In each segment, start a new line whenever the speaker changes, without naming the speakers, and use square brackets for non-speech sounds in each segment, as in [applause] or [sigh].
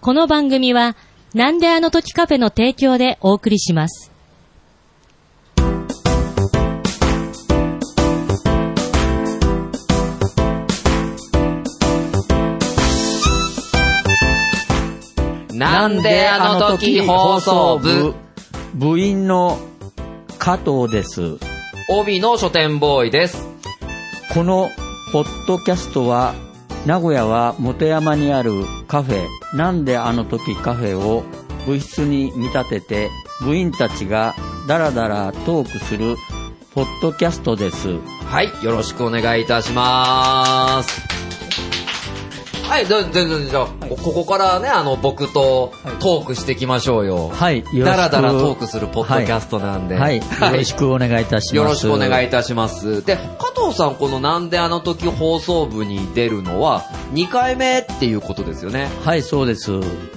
この番組は、なんであの時カフェの提供でお送りします。
なんであの時放送部、
部員の加藤です。
帯の書店ボーイです。
このポッドキャストは、名古屋は元山にあるカフェ、なんであの時カフェを部室に見立てて、部員たちがダラダラトークするポッドキャストです。
はい、よろしくお願いいたします。はい、じゃあ、全然じゃあ、こここからね、あの、僕と
はい
トークしていきましょうよ。
はいよろしく
だらだらトークするポッドキャストなんで。
はい、よろしくお願いいたします。
よろしくお願いいたします。で、加藤さん、このなんであの時放送部に出るのは、2回目っていうことですよね。
はい、そうです。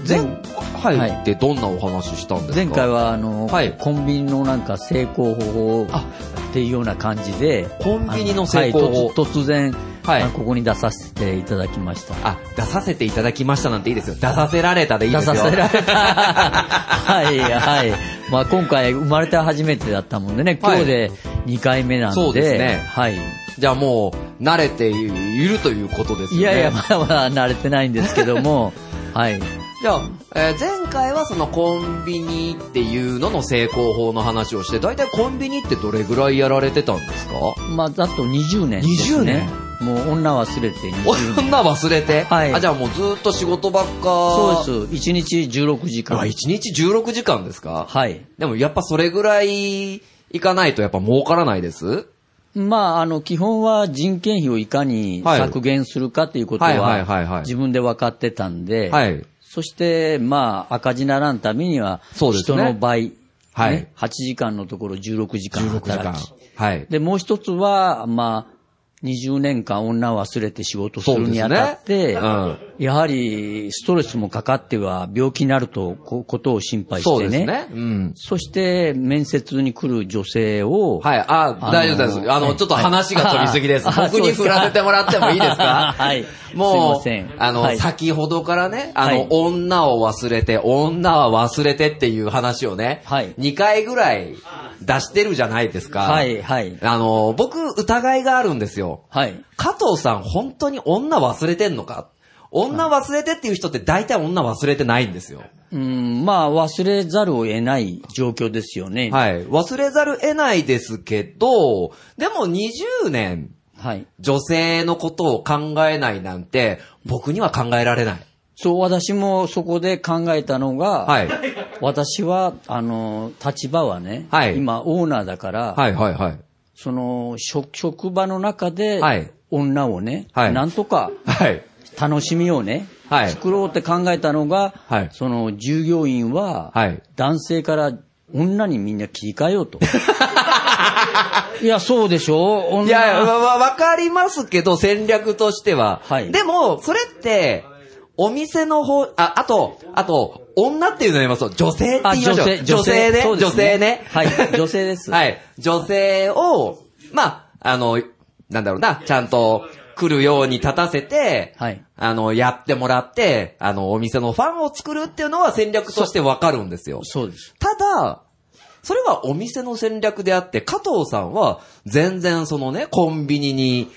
前
は
回
い
ってどんなお話したんですか
前回。はあの、
はい
コンビニのなんか成功法を
あ
っていうような感じで
コンビニの成功法
あのはい突突然、
はい
あのここに出させていただきました
あ、出させていただきましたなんていいですよ。出させられたでいい
出
ですよ。
させられ
[laughs]
たはいはい、まあ、今回生まれて初めてだったもんでね今日で2回目なんで,、
そうですね
はい、
じゃあもう、慣れているということですよね。
いやいやまだまだ慣れてないんですけど
[laughs]
もはい
じゃあ、えー前回はそのコンビニっていうのの成功法の話をして、大体コンビニってどれぐらいやられてたんですか
まあだと20年ですねもう女忘れて20年
女忘れて、
はい
あ、じゃあもうずーっと仕事ばっか。う
そうです1日16時間
わ、1日16時間ですか
はい
でもやっぱそれぐらい行かないとやっぱ儲からないです
まあ、あの、基本は人件費をいかに
はい
削減するかということ
はいはいはいはい
は、自分で分かってたんで、
はい。
そして、まあ、赤字ならんためには、
そうですね
人の倍、
はい
ね8時間のところ16時間
16時間
働き。。
はい。
で、もう一つは、まあ、20年間女を忘れて仕事するにあたっ
そうで
て、
すねうん
やはりストレスもかかっては病気になるとこことを心配
そ
し
う
て
です
ね。
ね。うん。
そして、面接に来る女性を、
はい、あ、
の
大丈夫です。あの、
はい
ちょっと話が飛びすぎです。
はいあ
僕
そう
に
です
振
から
せてもらってもいいですか
[laughs] はい
もう、
すいません
あの、
はい
先ほどからね、あの、
はい
女を忘れて、女は忘れてっていう話をね、
はい
2回ぐらい出してるじゃないですか。
はい、はい、
あの、僕、疑いがあるんですよ。
はい。
加藤さん、本当に女忘れてんのか女忘れてっていう人って大体女忘れてないんですよ。
うん、まあ忘れざるを得ない状況ですよね。い。
はい。忘れざる得ないですけど、でも20年、
はい。
女性のことを考えないなんて、僕には考えられない。
そう、私もそこで考えたのが、
はい。
私は、あの、立場はね、
はい
今オーナーだから、
はいはいはい。
その、職、職場の中で、
はい
女をね、
はい
なんとか
はい。
楽しみをね、
はい
作ろうって考えたのが、
はい
その、従業員は、
はい
男性から女にみんな切り替えよ
[laughs]
うと。いや、そうでしょ女
いや、わ、わわかりますけど、戦略としては。
はい
でも、それって、お店の方、あ、あと、あと、女っていうのやりますと、女性って言いましょう。女性ね。
そうで
女
す
性ね。
はい、女性
[laughs]
です。
はい。女性を、まあ、あの、なんだろうな、ちゃんと来るように立たせて、
はい
あの、やってもらって、あの、お店のファンを作るっていうのは戦略としてわかるんですよ。
そうです。
ただ、それはお店の戦略であって、加藤さんは全然そのね、コンビニに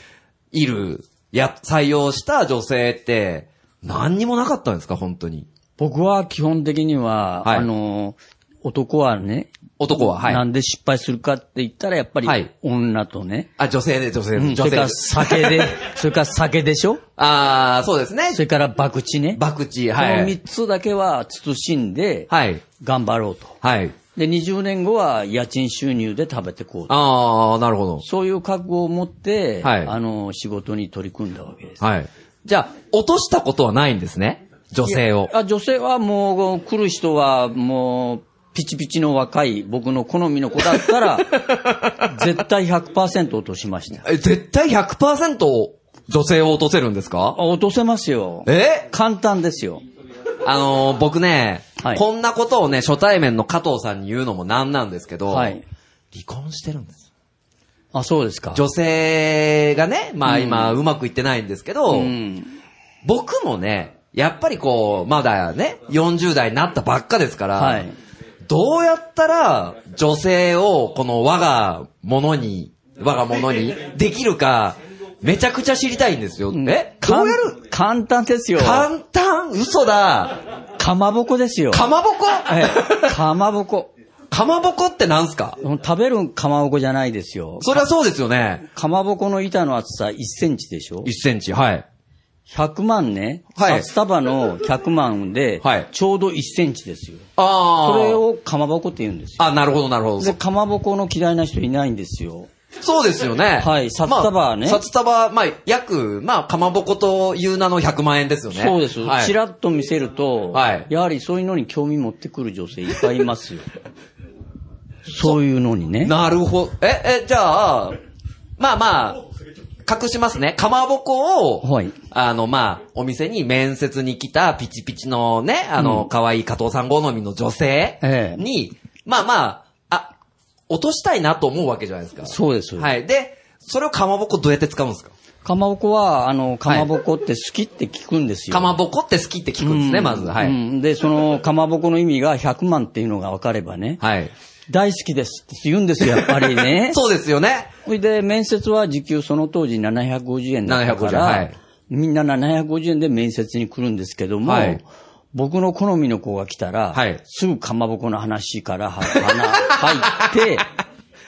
いる、や、採用した女性って、何にもなかったんですか、本当に。
僕は基本的には、
はい
あの、男はね、
男は、は。
ないんで失敗するかって言ったら、やっぱり
はい、
女とね、
あ、女性で、女性
う
で、
んそ
女
れ
性
から
で。
酒
[laughs]
で、それから酒でしょ
あー、そうですね
そ。れから博打ね。
博打、は
この
い
三。つだけは慎んで、
はい。
頑張ろうと。
はい。
で、20年後は家賃収入で食べてこうと。
あー、なるほど。
そういう覚悟を持って、
はい
あの、仕事に取り組んだわけです。
はい。じゃあ、落としたことはないんですね。女性を。
あ女性はもう、来る人はもう、ピチピチの若い、僕の好みの子だっ
[laughs]
たら、絶対100%落としました。
え絶対100%女性を落とせるんですか
あ落とせますよ。
え
簡単ですよ。
あのー僕ね、
はい
こんなことをね、初対面の加藤さんに言うのもなんなんですけど、
はい。
離婚してるんです。
あ、そうですか。
女性がね、まあ今、うまくいってないんですけど、
うん。
僕もね、やっぱりこう、まだね、40代になったばっかですから、
はい
どうやったら女性をこの我が物に、我が物
[laughs]
にできるか、めちゃくちゃ知りたいんですよ。えどうやる
簡簡単ですよ。
簡単嘘だ
かまぼこですよ。
かまぼこ
え
[laughs]
えかまぼこ。
かまぼこってなんすか
食べるかまぼこじゃないですよ。
それはそうですよね。
かまぼこの板の厚さ1センチでしょ
1センチ、はい。
?100 万ね。
はい
厚束の100万で
はい、
ちょうど1センチですよ。
ああ。
それ。をかまぼこって言うんですよ。
あ、なるほど、なるほ
で、
ど。
かまぼこの嫌いな人いないんですよ。
そうですよね。
はい札束はね
まあ札束、まあ、約、まあ、かまぼこという名の100万円ですよね。
そうです。
はい
ちらっと見せると、
はい
やはりそういうのに興味持ってくる女性いっぱいいますよ。そういうのにね。
なるほど。え、え、じゃあ、まあまあ、隠しますね。かまぼこを、
はい
あの、まあ、お店に面接に来たピチピチのね、あの、可愛い加藤さん好みの女性
ええ
に、まあまあ、あ、落としたいなと思うわけじゃないですか。
そうです。
はい。で、それをかまぼこどうやって使うんですか
かまぼこは、あの、かまぼこって好きって聞くんですよ。
かまぼこって好きって聞くんですね、まず。は
う
い。
んで、その、かまぼこの意味が100万っていうのが分かればね、
はい。
大好きですって言うんですよ、やっぱ
[laughs]
りね。
そうですよね。
それで、面接は時給その当時750円だったから、
750円はい
みんな750円で面接に来るんですけども、
はい
僕の好みの子が来たら、
はい
すぐかまぼこの話からは
[laughs]
話入って、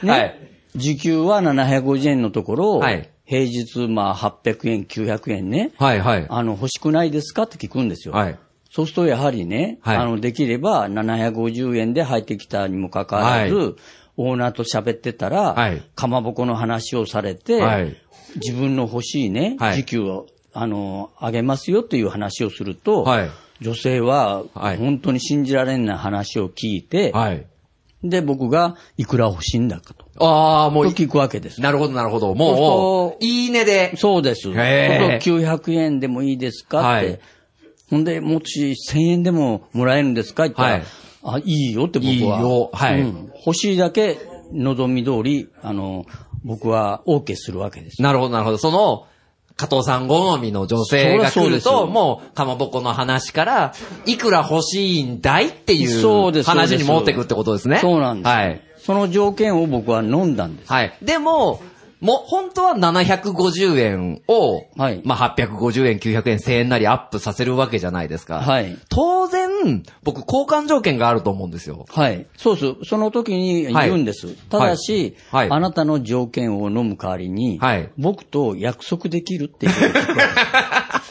ね
はい
時給は750円のところ、
はい
平日まあ800円、900円ね、
はい、はい。
あの欲しくないですかって聞くんですよ。
はい。
そうするとやはりね、
はい
あの、できれば750円で入ってきたにもかかわらず、
は
オーナーと喋ってたら、
はい
かまぼこの話をされて、
はい
自分の欲しいね、
はい
時給を、あの、上げますよという話をすると、
はい
女性は、
はい
本当に信じられない話を聞いて、
はい。
で、僕がいくら欲しいんだかと、
ああ、も
と
う、
聞くわけです。
なるほど、なるほど。もう、いいねで。
そうです。そうす
へー
ると900円でもいいですかって。
はい
ほんで、もし1000円でももらえるんですかって言ったら、あ、いいよって僕は。
いいよはい
ん欲しいだけ望み通り、あの、僕は OK するわけです。
なるほど、なるほど。その、加藤さん好みの女性が
そ
来
りゃそう
る
ですよ
と、もう、かまぼこの話から、いくら欲しいんだいってい
そう
う
ですそうです
話に持ってくってことですね。
そうなんです。
はい。
その条件を僕は飲んだんです。
はい。でも、もう、本当は750円を、
はい
まあ、850円、900円、1000円なりアップさせるわけじゃないですか。
はい
当然、僕、交換条件があると思うんですよ。
はい。そうです。その時に言うんです。
はい
ただし、
はいはい
あなたの条件を飲む代わりに、
はい
僕と約束できるっていうことを聞くわ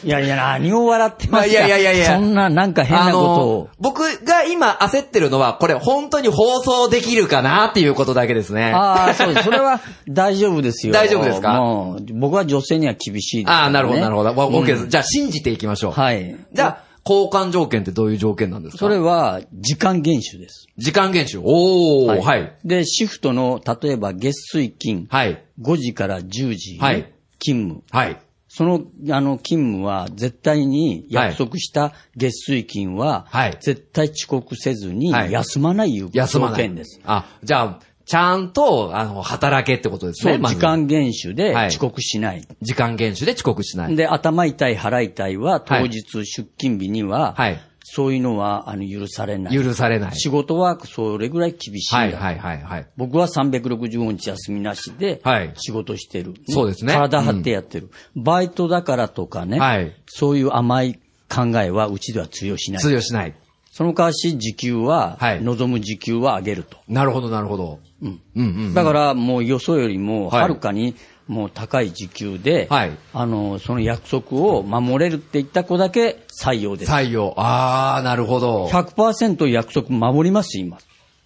[laughs]
けいやいや、何を笑ってますか
いやいやいやいや
そんな、なんか変なことを。
あの僕が今焦ってるのは、これ本当に放送できるかなっていうことだけですね。
ああ、そうです。それは大丈夫ですよ。
大丈夫ですか
もう、僕は女性には厳しいですからね、
ああ、なるほど、なるほど。わ
うん
OK です。じゃあ、信じていきましょう。
はい。
じゃあ、交換条件ってどういう条件なんですか
それは、時間厳守です。
時間厳守。おー、はい。
で、シフトの、例えば月水金、
はい。
5時から10時、
はい
勤務。
はい。
その、あの、勤務は、絶対に約束した月水金は、
はい
絶対遅刻せずに、
はい
休まないいう条
休まない。
件です。。
あ、じゃあ、ちゃんと、あの、働けってことです
そう、
ね、まず
時。間厳守で
はい
遅刻しない。
時間厳守で遅刻しない。
で、頭痛い、腹痛いは、当日出勤日には、
はい。
そういうのは、あの、許されない。
許されない。
仕事は、それぐらい厳しい。
はい、はい、はい、はい。
僕は365日休みなしで
はい、
仕事してる、
そうですね
体張ってやってる、バイトだからとかね、
はい
そういう甘い考えはうちでは通用しない。
通用しない。
その代わし、時給は、
はい
望む時給は上げると。
なるほど、なるほど。うん。うん、うん。
だから、もうよそよりも、
はい
はるかに、もう高い時給で、
はい
あの、その約束を守れるって言った子だけ採用です。
採用。ああ、なるほど。
100%約束守ります、今。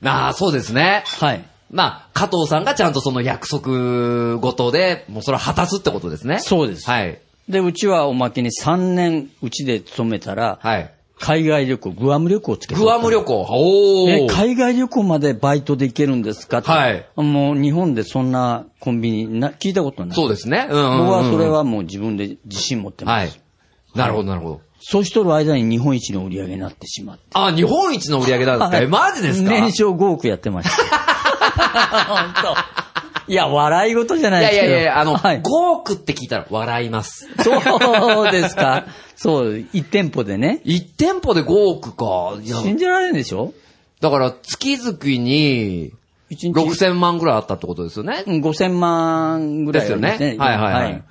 ああ、そうですね。
はい。
まあ、加藤さんがちゃんとその約束ごとで、もうそれを果たすってことですね。
そうです
はい。
で、うちはおまけに3年、うちで勤めたら、
はい。
海外旅行、グアム旅行をつけて
グアム旅行。お
え
ー。
海外旅行までバイトで行けるんですかって。
はい
もう日本でそんなコンビニな、聞いたことない。
そうですね。うんうんうん、
僕はそれはもう自分で自信持ってます。
はい。なるほど、なるほど。
そうしとる間に日本一の売り上げになってしまって。
あ、日本 [laughs] 一の売り上げなんですか、え、マジですか
年商5億やってました。本いや、笑い事じゃないいで
やいや
すけど。
いやいや、あの、
はい。
5億って聞いたら笑います。
そうですか。そう、一店舗でね。
1店舗で5億か。いや
信じられんでしょ
だから月々に
一日
6000万ぐらいあったってことですよね。
うん5000万ぐらい
ですよ
あります
ね。はいはいはい。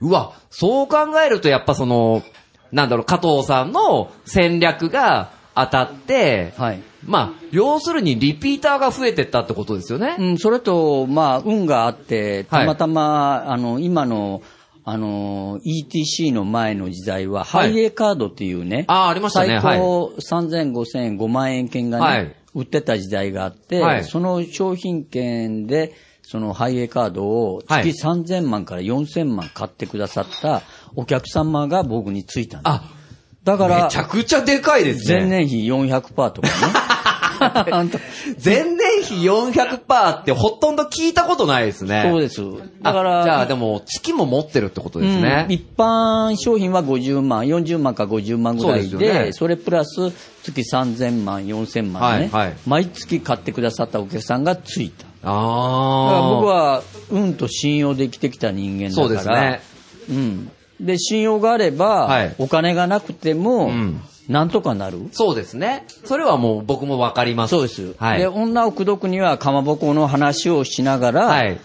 うわ、そう考えるとやっぱその、なんだろう、加藤さんの戦略が当たって、
はい。
まあ、要するにリピーターが増えてったってことですよね。
うん、それと、まあ、運があって、
はい
たまたま、あの、今の、あの、ETC の前の時代は、
は
ハ
い
イエーカードっていうね、
あーありましたね
最高3000、5000、5万円券がね、
はい
売ってた時代があって、
はい
その商品券で、そのハイエーカードを
はい
月3000万から4000万買ってくださったお客様が僕についたんです。
あ、
だから、
めちゃくちゃでかいです
前
ね。
年比400%と
[laughs]
かね。 [laughs] 本当
前年比400%ってほとんど聞いたことないですね。
そう
で
です。だから、
じゃあでも、月も持ってるってことですね。
うん一般商品は50万、40万か50万ぐらい
そ
で、
う
そ
ですよね
れプラス月3000万、4000万ね、
はいはい
毎月買ってくださったお客さんがついた。
あ
だから
あ。
僕は、うんと信用できてきた人間だか
そ
ら、
うですね。
うん。で、信用があれば、
はい
お金がなくても、
ん
なんとかなる。
そうですね。それはもう僕もわかります。
そうです。
はい
で、。女を口説くには、かまぼこの話をしながら、
はい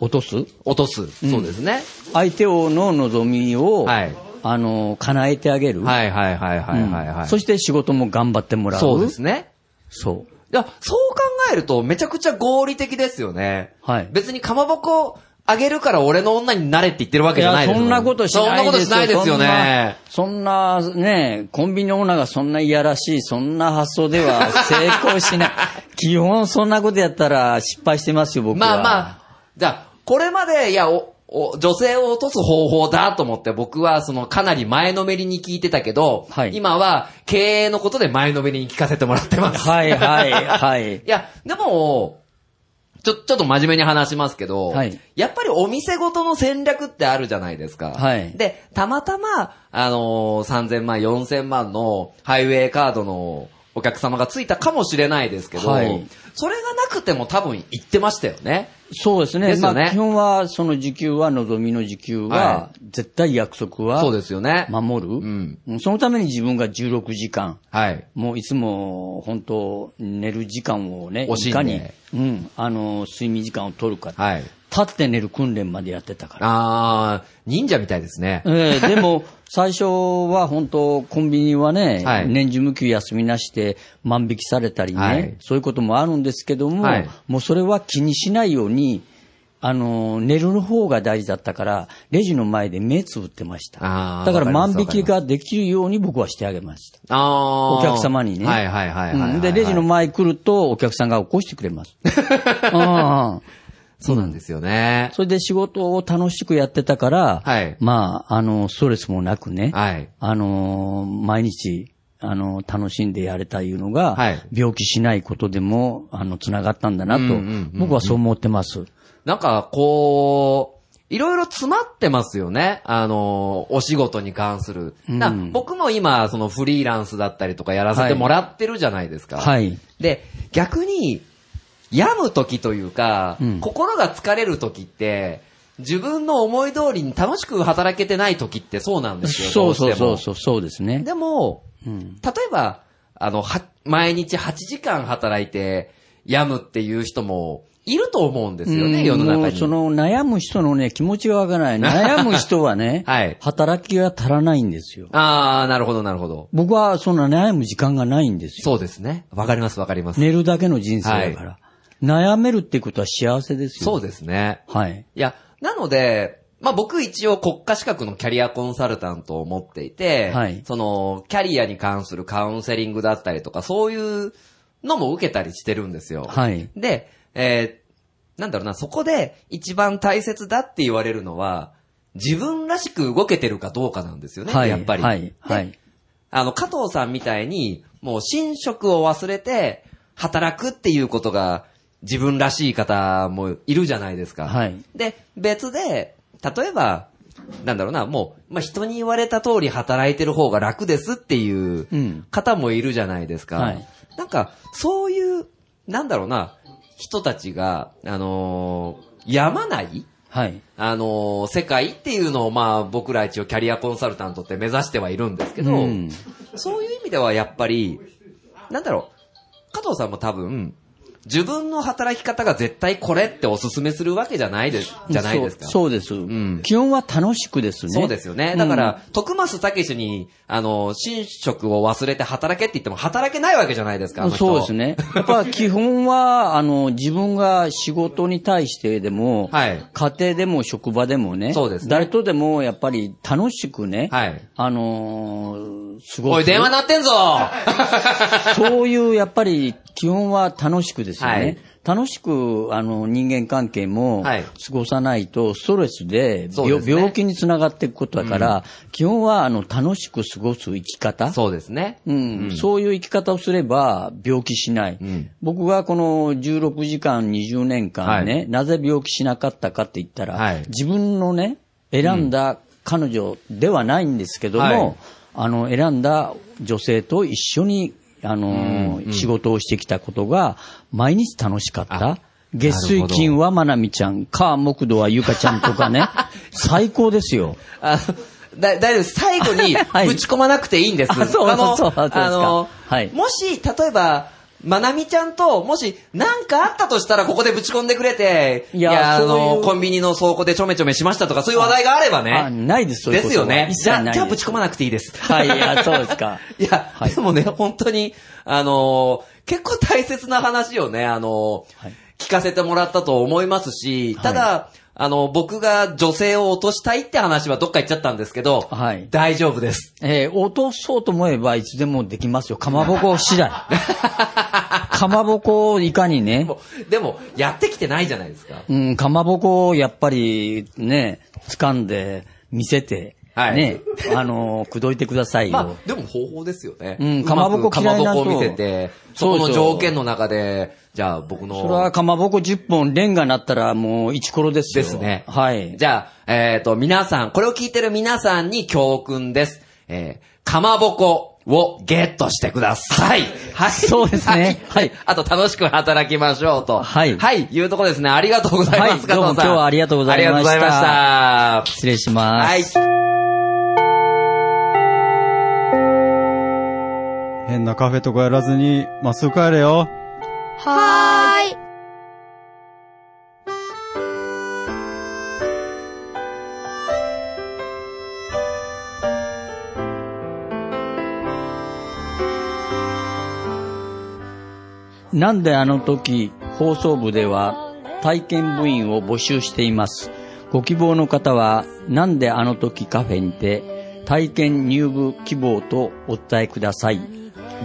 落とす。
落とす。そうですね。
相手をの望みを、
はい
あの、叶えてあげる。
はいはいはいはいはいはい。
そして仕事も頑張ってもらう。
そうですね。
そう。
いや、そう考えるとめちゃくちゃ合理的ですよね。
はい
別にかまぼこあげるから俺の女になれって言ってるわけじゃないです
そ
も
んなことしない
そんなことしないですよね。
そんな、そんなね、コンビニのオーナーがそんないやらしい、そんな発想
[laughs]
では成功しない。基本そんなことやったら失敗してますよ、僕は。
まあまあ、じゃあ、これまで、いや、お、お、女性を落とす方法だと思って僕はそのかなり前のめりに聞いてたけど、
はい
今は経営のことで前のめりに聞かせてもらってます。
はいはいはい
[laughs] い。や、でも、ちょ、ちょっと真面目に話しますけど、
はい
やっぱりお店ごとの戦略ってあるじゃないですか。
はい
で、たまたま、あのー3000万、4000万のハイウェイカードのお客様がついたかもしれないですけど、
はい
それがなくても多分行ってましたよね。
そうですね。
ですよね
まあ基本は、その時給は、望みの時給は
は、
絶対約束は
そうですよね。
守る。
ん
うんそのために自分が16時間。
はい。
もういつも本当、寝る時間をね、
惜しんで
いかに、うん、あの、睡眠時間を取るか、
はい。
立って寝る訓練までやってたから。
あー、忍者みたいですね。
ええでも、最初は本当、コンビニはね、
はい
年次無給休みなしで万引きされたりね、
はい
そういうこともあるんですけども、
はい
もうそれは気にしないように、あの、寝る方が大事だったから、レジの前で目つぶってました。
あー
だか
わ
ら
かり
万
ます
引きができるように僕はしてあげました。
あー。
お客様にね。
はいはいはいはいはい、
うんで、レジの前来ると、お客さんが起こしてく
[laughs]
れます。うん
そうなんですよね。
それで仕事を楽しくやってたから、
はい
まあ、あの、ストレスもなくね、
はい。
あの、毎日、あの、楽しんでやれたいうのが、
はい
病気しないことでも、あの、つながったんだなと、
うんうんうんうん
僕はそう思ってます。
なんか、こう、いろいろ詰まってますよね。あの、お仕事に関する。
ん
な僕も今、そのフリーランスだったりとかやらせてもらってるじゃないですか。
はい。
で、逆に、病む時というか、
うん
心が疲れる時って、自分の思い通りに楽しく働けてない時ってそうなんですよ。
[laughs] そうそう
ど
そうう
して
そう、そうです
も
ね。
でも、
うん
例えば、あの、は、毎日8時間働いて、病むっていう人も、いると思うんですよね、
うん
世の
も
中
う
に。、
その悩む人のね、気持ちがわからない。悩む人はね
[laughs] はい
働きが足らないんですよ。
ああ、なるほど、なるほど。
僕はそんな悩む時間がないんですよ。
そうですね。わかります、わかります。
寝るだけの人生だから。悩めるってことは幸せですよ。
そう
で
ですね。
す。はい。
いや、なので、まあ僕一応国家資格のキャリアコンサルタントを持っていて、
はい
その、キャリアに関するカウンセリングだったりとか、そういうのも受けたりしてるんですよ。
はい。
で、えーなんだろうな、そこで一番大切だって言われるのは、自分らしく動けてるかどうかなんですよね、
はい。
やっぱり。
はい。はい。
あの、加藤さんみたいに、もう、寝食を忘れて、働くっていうことが、自分らしい方もいるじゃないですか。
はい
で、別で、例えば、なんだろうな、もう、まあ、人に言われた通り働いてる方が楽ですっていう
うん
方もいるじゃないですか。
はい
なんか、そういう、なんだろうな、人たちが、あのー病まない
はい。
あのー世界っていうのをまあ僕ら一応キャリアコンサルタントって目指してはいるんですけど、
うん
そういう意味ではやっぱり、なんだろう、加藤さんも多分、自分の働き方が絶対これっておすすめするわけじゃないです、じゃないですか。
そうそうです、
ん
基本は楽しくですね。
そうですよね。だから、徳松武史に、あの、寝食を忘れて働けって言っても働けないわけじゃないですか、あの人
そうです。ね。やっぱ基本は、あの、自分が仕事に対してでも、
はい
家庭でも職場でもね、
そうですね
誰とでもやっぱり楽しくね、
はい。
あのー、すご
おい、電話鳴ってん
[laughs]
ぞ [laughs]
そういう、やっぱり、基本は楽しくですよね。
はい
楽しく、あの、人間関係も、
はい
過ごさないと、ストレスで
そう
病
ですね
病気につながっていくことだから、基本は、あの、楽しく過ごす生き方。
そうですね。
うんそういう生き方をすれば病気しない、僕がこの16時間、20年間ね、
は
なぜ病気しなかったかって言ったら、
はい
自分のね、選んだ彼女ではないんですけども、
はい
あの選んだ女性と一緒にあの、仕事をしてきたことが、毎日楽しかった。月水金はまなみちゃん、火木土はゆかちゃんと
[laughs]
かね、最高ですよ。
あだ、大丈夫です。最後に、
[laughs] はい
ぶち込まなくていいんです。
あそう
あの
そうそうですか
あの、
はい
もし、例えば、まなみちゃんと、もし、なんかあったとしたら、ここでぶち込んでくれて、
い
い
や
や、あ
そう
の
いう
コンビニの倉庫でちょめちょめしましたとか、そういう話題があれば
あ
ね。
ないです、そうい
で
うこと
すよね。じゃあ、じゃあぶち
込
込まなくていいです。
はい、いや、そうです
[laughs]
か。
いや、
はい
でもね、本当に、あのー結構大切な話をね、あのー
はい
聞かせてもらったと思いますし、ただ、あのー僕が女性を落としたいって話はどっか行っちゃったんですけど、
はい
大丈夫です。
えー落とそうと思えばいつでもできますよ。かまぼこ次
[laughs]
第。かまぼこをいかにね
で、もでも、やってきてないじゃないですか。
うん、かまぼこをやっぱりね、掴んで、見せて、
はい
ね、あのー、口説いてくださいよ。
まあ、でも方法ですよね。
うん
まく
かまぼこ
か
嫌
ま
い
ぼ
な人
こを見せて、
そ
そうこ
そう
の条件の中で、じゃあ僕の。
それはかまぼこ10本、レンガになったらもう一コロですよ。
ですね。
はい。
じゃあ、えっ、と、皆さん、これを聞いてる皆さんに教訓です。えー、かまぼこをゲットしてください。はい。
そうですねはい。
あと、楽しく働きましょうと。
はい
はい、いうとこですね。ありがとうございます、
はいどうも
加藤さん
今日はありがとうございました
ありがとうございまし
失礼します。
た。はい。
変なカフェとかやらずに、まっすぐ帰れよ。
はーい。
なんであの時放送部では体験部員を募集しています。ご希望の方は、なんであの時カフェにて体験入部希望とお伝えください。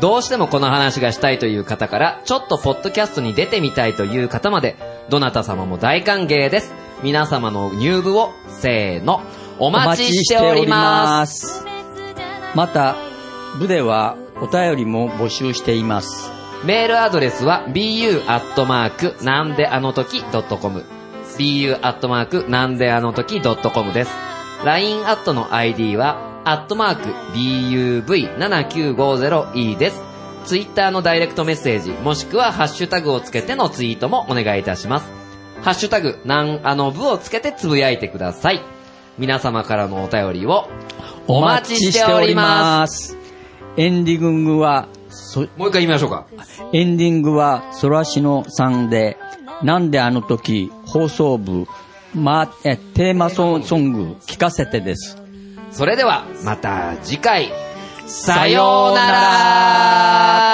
どうしてもこの話がしたいという方から、ちょっとポッドキャストに出てみたいという方まで、どなた様も大歓迎です。皆様の入部を、せーの、お
お
待ちしております。
す。また、部ではお便りも募集しています。
メールアドレスは bu なんであの時 .com bu なんであの時 .com です。LINE アットの ID は、アットマーク buv7950e です。ツイッターのダイレクトメッセージ、もしくはハッシュタグをつけてのツイートもお願いいたします。ハッシュタグ、なんあの部をつけてつぶやいてください。皆様からのお便りをお待ちしております。
す。エンディングは、そ
もう一回言いましょうか。
エンディングは、ソラシノさんで、なんであの時、放送部、ま、え、テーマソンソング、聞かせてです。
それではまた次回さような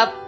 ら